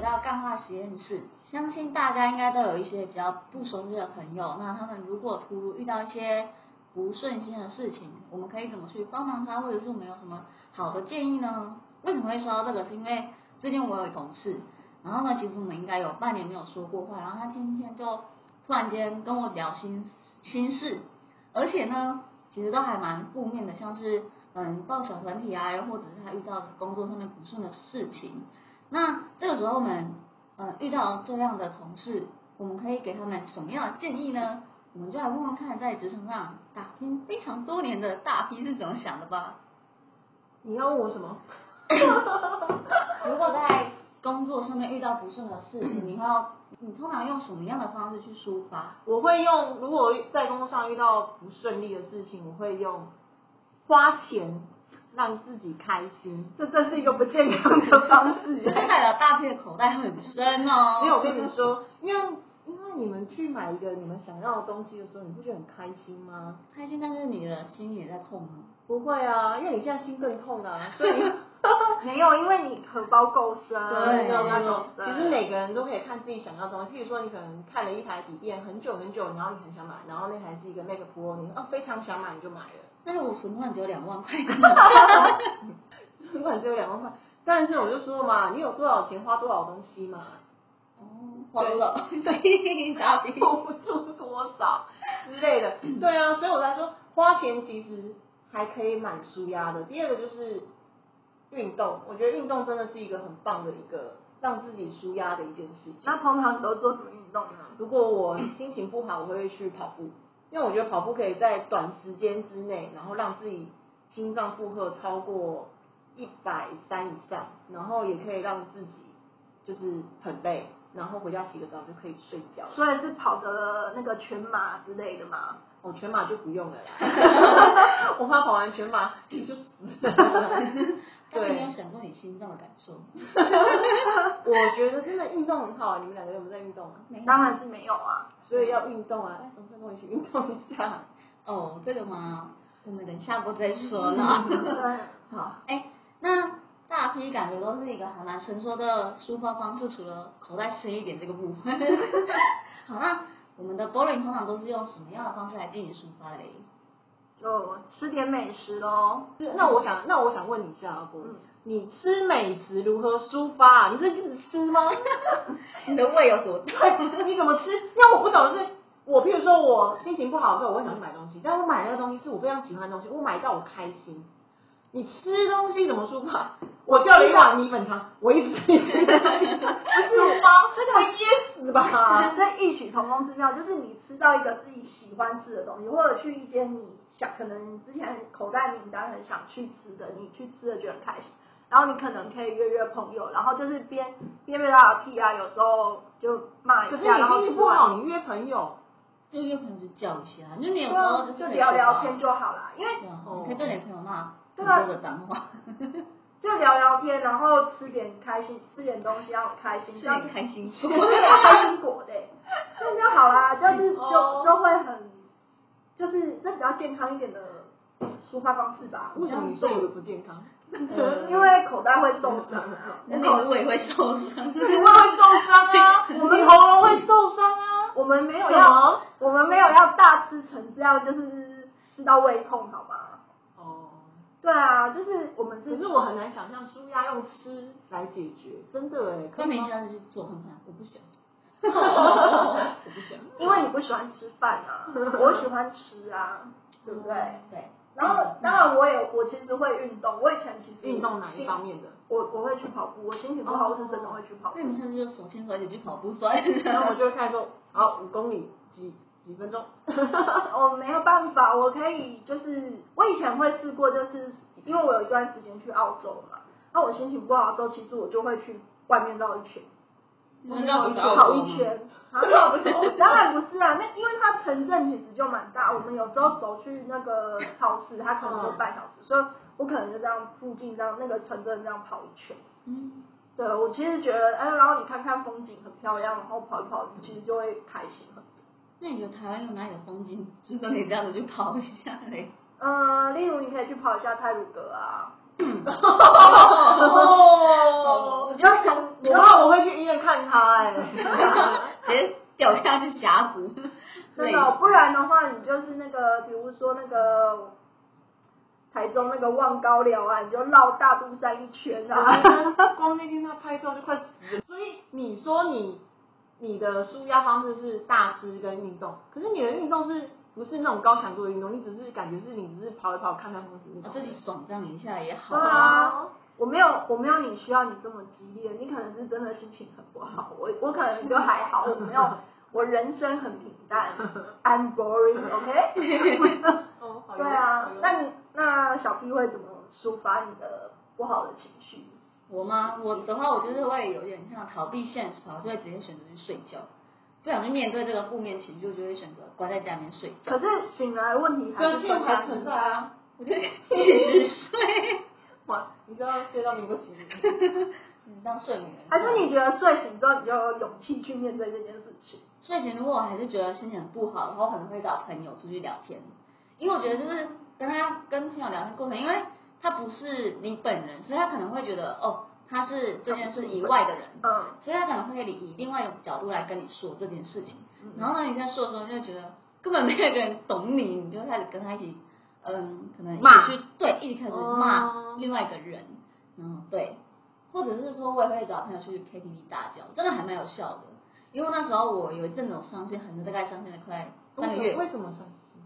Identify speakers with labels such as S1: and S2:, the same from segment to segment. S1: 到实验室，相信大家应该都有一些比较不熟悉的朋友，那他们如果突如遇到一些不顺心的事情，我们可以怎么去帮忙他，或者是我们有什么好的建议呢？为什么会说到这个？是因为最近我有一同事，然后呢，其实我们应该有半年没有说过话，然后他今天就突然间跟我聊心心事，而且呢，其实都还蛮负面的，像是嗯抱小团体啊，又或者是他遇到工作上面不顺的事情。那这个时候我们呃遇到这样的同事，我们可以给他们什么样的建议呢？我们就来问问看，在职场上打拼非常多年的大 P 是怎么想的吧。
S2: 你要问我什么？
S1: 如果在工作上面遇到不顺的事情，你会要你通常用什么样的方式去抒 发？
S2: 我会用，如果在工作上遇到不顺利的事情，我会用花钱让自己开心，这真是一个不健康的方式。
S1: 这代表大 P 的口袋很深哦。
S2: 没有，我跟你们说，因为因为你们去买一个你们想要的东西的时候，你不觉得很开心吗？
S1: 开心，但是你的心也在痛吗？
S2: 不会啊，因为你现在心更痛啊， 所以没有，因为你荷包啊够深，
S1: 对
S2: 荷包够
S3: 对
S2: 深其实每个人都可以看自己想要的东西，譬如说你可能看了一台笔电很久很久，然后你很想买，然后那台是一个 Mac Pro，你哦非常想买你就买了，
S1: 但是我存款只有两万块，
S2: 不管只有两万块，但是我就说嘛，你有多少钱花多少东西嘛，
S1: 哦，花多少？ 大 P
S2: 扣不住多少之类的。对啊，所以我才说花钱其实还可以蛮舒压的。第二个就是运动，我觉得运动真的是一个很棒的一个让自己舒压的一件事情。
S3: 嗯那通常都做什么运动呢？
S2: 如果我心情不好，我会去跑步，因为我觉得跑步可以在短时间之内，然后让自己心脏负荷超过一百三以上，然后也可以让自己就是很累，然后回家洗个澡就可以睡觉了。
S3: 所以是跑个那个全马之类 的吗？
S2: 哦，全马就不用了啦，我怕跑完全马你就死了。
S1: 但是你有想过你心脏的感受吗？
S2: 啊我觉得真的运动很好，你们两个有没有在运动啊？
S1: 没有
S3: 当然是没有啊。
S2: 所以要运动啊，哎，总算跟我一起运动一下。
S1: 哦，这个嘛，我们等下播再说啦。
S3: 嗯对，好，
S1: 哎、那大 P 感觉都是一个还蛮成熟的抒发方式，除了口袋深一点这个部 分。好，那我们的 Boring 通常都是用什么样的方式来进行抒发嘞？
S3: 就哦吃点美食喽。
S2: 是那我想，那我想问你一下阿波，
S3: 嗯
S2: 你吃美食如何抒发、啊？你是一直吃吗？
S1: 你的胃有多大？
S2: 你怎么吃？那我不懂的是，我譬如说我心情不好的时候，我会想去买东西，但我买那个东西是我非常喜欢的东西，我买到我开心。你吃东西怎么抒发？我掉了一碗米粉汤，我一直吃，不是我包，这叫噎死吧？
S3: 这异曲同工之妙，就是你吃到一个自己喜欢吃的东西，或者去一间你想，可能你之前口袋名单很想去吃的，你去吃了觉得很开心，然后你可能可以约约朋友，然后就是边边被拉屁啊，有时候就骂一
S2: 可
S3: 下，
S2: 是你
S3: 然后
S2: 心情
S3: 吃
S2: 不
S3: 完
S2: 好，你约朋友，
S1: 就有朋友去叫一下，就你有时候
S3: 啊就聊聊天就好啦，因为
S1: 对啊
S2: 哦
S1: 你可以对你朋友骂
S3: 对
S1: 很
S3: 啊
S1: 多的脏话，
S3: 就聊聊天，然后吃点开心，吃点东西要开心，
S1: 是
S3: 这样
S1: 你开心
S3: 我是
S2: 啊
S3: 有开心果的欸，这样就好啦，就是就
S2: 哦
S3: 就会很，就是这比较健康一点的抒发方式吧，
S2: 为什么你说我的不健康？
S1: 呃
S3: 因为口袋会受伤啊，
S1: 那你的胃会受伤。
S2: 你胃会受伤啊，你 喉咙会受伤啊。
S3: 我们没有
S2: 什么
S3: 要，我们没有要大吃成这样，就是吃到胃痛，好吗？
S2: 哦，
S3: 对啊，就是我们
S2: 可是我很难想象舒压用吃来解决，真的哎，
S1: 那
S2: 可以
S1: 明
S2: 吗
S1: 天就去做看看，我不 想。
S2: 我不想。
S3: 因为你不喜欢吃饭 啊，我喜欢吃啊，对不对？
S1: 对，
S3: 然后当然我也我其实会运动，我以前其实
S2: 运动哪一方面的？
S3: 我我会去跑步，我心情不好，我是真的会去跑步
S1: 那。你们是不是就手牵手一起去跑步算？
S2: 然后我就会看说，好，五公里几几分 钟，
S3: 我没有办法，我可以就是我以前会试过，就是因为我有一段时间去澳洲嘛，那我心情不好的时候，其实我就会去外面绕一圈，
S1: 能绕整个澳
S3: 跑
S1: 洲吗
S3: 一圈。啊，绕不是当然不是啊，那因为它城镇其实就蛮大，我们有时候走去那个超市，它可能就半小
S1: 嗯
S3: 时，所以我可能就这样附近这样那个城镇这样跑一圈。
S1: 嗯，
S3: 对，我其实觉得，哎，然后你看看风景很漂亮，然后跑一跑，其实就会开心很多。
S1: 那你觉得台湾有哪里的风景值得你这样子去跑一下嘞？
S3: 呃，例如你可以去跑一下泰鲁阁啊，
S2: 哦，
S3: 你就
S2: 那
S3: 从
S2: 我怕我会去医院看他哎、
S1: 直接掉下去峡谷，
S3: 真
S1: 对，
S3: 的哦，不然的话，你就是那个，比如说那个台中那个望高寮啊，你就绕大肚山一圈啊。
S2: 光那天他拍照就快死了。所以你说你你的舒压方式是大吃跟运动，可是你的运动是不是那种高强度的运动？你只是感觉是你只是跑一跑看看风景运
S1: 我
S2: 动。
S1: 哦自己爽荡一下也好
S3: 对啊，我 没有，我没有你需要你这么激烈，你可能是真的心情很不好，我我可能就还好，我没有， 我人生很平淡，I'm boring，OK？、
S2: 哦，好
S3: 对啊，那你那小 P 会怎么抒发你的不好的情绪？
S1: 我吗？我的话，我就是会有点像逃避现实，我就会直接选择去睡觉，不想去面对这个负面情绪，我就会选择关在家里面睡觉。
S3: 可是醒来问题还
S2: 跟
S3: 是
S2: 现还存在啊！
S1: 我就 一直睡，
S2: 哇，你知道睡到民国几年？
S1: 你当睡眠。
S3: 还是你觉得睡醒之后你就有勇气去面对这件事情？
S1: 睡前如果我还是觉得心情很不好，然后可能会找朋友出去聊天，因为我觉得就是跟他跟朋友聊天过程，因为他不是你本人，所以他可能会觉得哦，他是这件事以外的人，
S3: 嗯，
S1: 所以他可能会以另外一种角度来跟你说这件事情。然后呢，你在说的时候就会觉得根本没有一个人懂你，你就开始跟他一起，嗯，可能一
S2: 骂
S1: 起去对，一起开始骂
S2: 哦
S1: 另外一个人，嗯，对，或者是说我也会找朋友去 KTV 大叫，真的还蛮有效的。因为那时候我有一阵子我伤心很久，大概伤心了快三个月吧
S2: 为什么伤心？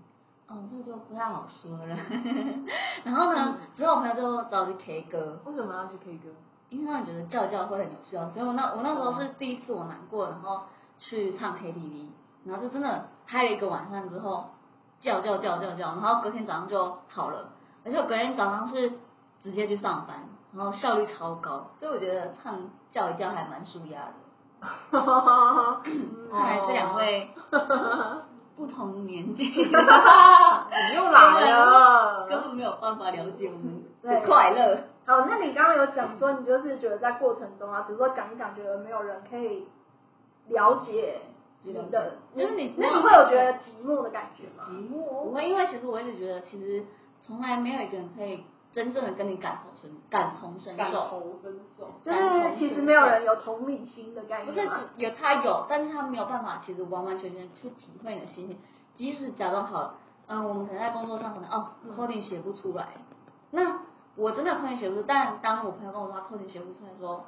S1: 哦，这就不太好说了。 然后
S2: 嗯
S1: 呢，之后我朋友就找我去 K 歌，
S2: 为什么要去 K 歌？
S1: 因为让你觉得叫叫会很有效，所以我那我那时候是第一次我难过，然后去唱 KTV，然后就真的嗨了一个晚上之后，叫叫叫叫叫，然后隔天早上就好了，而且我隔天早上是直接去上班，然后效率超高，所以我觉得唱叫一叫还蛮舒压的。
S2: 哦
S1: 看来这两位 不同年纪，
S2: 你又来了，
S1: 根本没有办法了解我们
S3: 对
S1: 的快乐。
S3: 好，那你刚刚有讲说，你就是觉得在过程中啊，比如说讲一讲，觉得没有人可以了解你的，
S1: 就是你
S3: 那你会有觉得寂寞的感觉
S1: 嗯
S3: 吗？
S1: 不会，因为其实我一直觉得，其实从来没有一个人可以真正的跟你感同身感同身受，
S2: 分手。
S3: 就是其实没有人有同理心的概
S1: 不是
S3: 念
S1: 只
S3: 吗？
S1: 有他有，但是他没有办法，其实完完全全去体会你的心情。即使假装好了，嗯，我们可能在工作上可能哦，coding 写不出来，那我真的 coding 写不出，但当我朋友跟我说他 coding 写不出来的时候，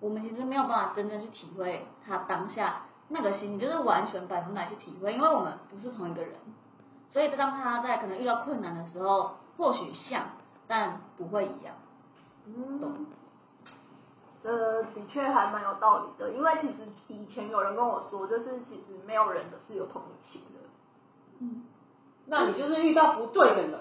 S1: 我们其实没有办法真正去体会他当下那个心情，就是完全百分百去体会，因为我们不是同一个人。所以当他在可能遇到困难的时候，或许像，但不会一样。
S3: 嗯，这呃的确还蛮有道理的，因为其实以前有人跟我说，就是其实没有人的是有同理心的。
S1: 嗯，
S2: 那你就是遇到不对的人。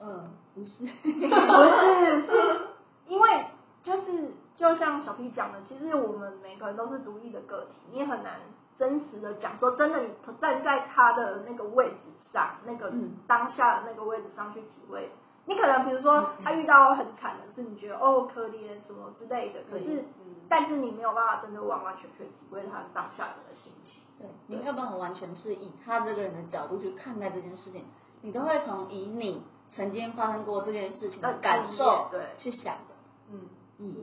S1: 呃，不是，
S3: 不是，是因为就是就像小 P 讲的，其实我们每个人都是独立的个体，你也很难真实的讲说真的，你站在他的那个位置上，那个
S1: 嗯
S3: 当下的那个位置上去体会。你可能比如说他遇到很惨的事，你觉得哦可怜什么之类的，可是、
S2: 嗯
S3: 但是你没有办法真的完完全全体会他当下的那个心情。
S1: 对你没有办法完全是以他这个人的角度去看待这件事情，你都会从以你曾经发生过这件事情的感受
S3: 对
S1: 去想的。
S2: 嗯，
S1: 嗯，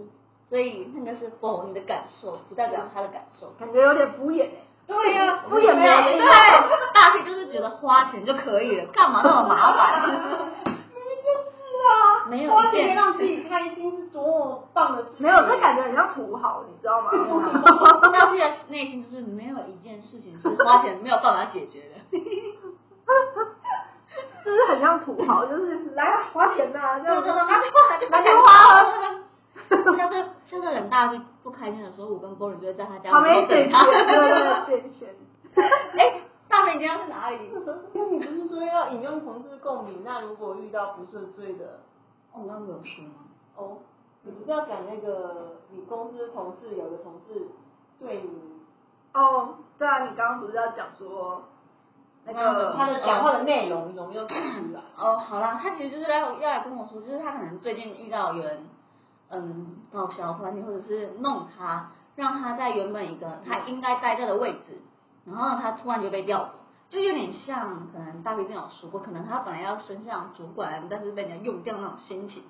S1: 所以那个是否你的感受，不代表他的感受。
S3: 感觉有点敷衍欸
S1: 对呀
S3: 敷衍别人
S1: 对，啊大家就是觉得花钱就可以了，干嘛那么麻烦？
S2: 是啊，
S1: 没有
S2: 花
S1: 一件
S2: 钱让自己开心是多么棒的事。
S3: 没有，这感觉很像土豪，你知道吗？
S1: 大家的内心就是没有一件事情是花钱没有办法解决的。
S3: 就是很像土豪，就是来啊，花钱呐、这
S1: 对
S3: 样
S1: 对
S3: 子
S1: 对， 那就花就
S3: 那就花
S1: 花
S3: 了。
S1: 了。 像这像这人大家不开心的时候，我跟波伦就会在他家
S3: 旁边
S1: 等
S3: 捡钱，
S1: 他。
S3: 对对对，捡钱。
S1: 哎，大美你今天要去哪里？
S2: 因为你不是说要引用同志共鸣？那如果遇到不顺遂的，
S1: 我刚刚有说吗？
S2: 哦，你不是要讲那个你公司同事有个同事对你
S3: 哦，对啊，你刚刚不是要讲说那个
S1: 嗯
S2: 他的讲话的内容有没啊有出来？
S1: 哦，好啦，他其实就是要要来跟我说，就是他可能最近遇到有人，嗯，搞小团体或者是弄他，让他在原本一个他应该待在的位置，然后呢，他突然就被调走，就有点像可能大飞之前有说过，可能他本来要升上主管，但是被人家用掉那种心情。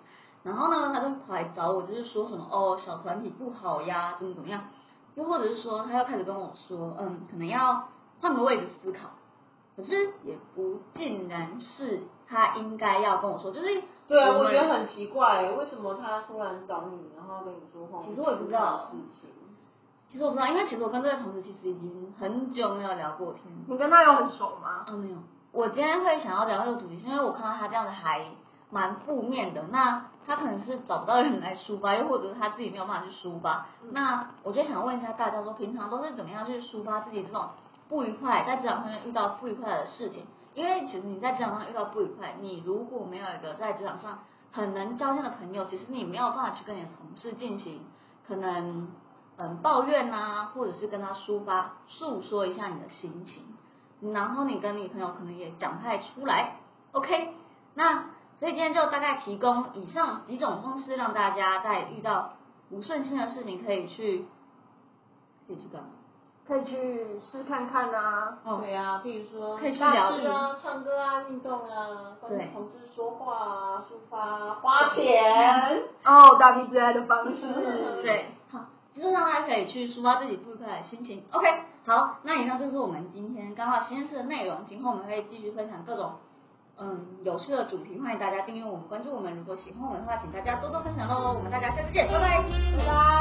S1: 然后呢，他就跑来找我，就是说什么哦，小团体不好呀，怎么怎么样，又或者是说他又开始跟我说，嗯，可能要换个位置思考，可是也不尽然是他应该要跟我说，就是
S2: 对，啊
S1: 我
S2: 我
S1: 们
S2: 觉得很奇怪，欸为什么他突然找你，然后跟你说话？
S1: 其实我也不知道
S2: 事情。
S1: 其实我不知道，因为其实我跟这个同事其实已经很久没有聊过天，
S3: 你跟他有很熟吗？
S1: 嗯，没有。我今天会想要聊这个主题，是因为我看到他这样子还蛮负面的。那他可能是找不到人来抒发，又或者是他自己没有办法去抒发。那我就想问一下大家，说平常都是怎么样去抒发自己这种不愉快，在职场上面遇到不愉快的事情？因为其实你在职场上遇到不愉快，你如果没有一个在职场上很能交心的朋友，其实你没有办法去跟你的同事进行可能嗯抱怨呐、或者是跟他抒发诉说一下你的心情。然后你跟你朋友可能也讲不太出来。OK，那所以今天就大概提供以上几种方式，让大家在遇到不顺心的事情可以去可以去干嘛？
S3: 可以去试看看啊。
S2: 对啊，譬如说
S1: 可以去
S2: 大
S1: 疗
S2: 事
S1: 愈
S2: 啊、唱歌啊、运动啊、
S1: 对
S2: 跟同事说话啊、抒发啊、花钱。
S3: 哦，大 P 最爱的方式。
S1: 对，好，就是让大家可以去抒发自己不愉快的心情。OK，好，那以上就是我们今天刚好实验室的内容。今后我们会继续分享各种嗯有趣的主题，欢迎大家订阅我们、关注我们。如果喜欢我们的话，请大家多多分享喽。我们大家下次见，拜拜。
S3: 拜拜。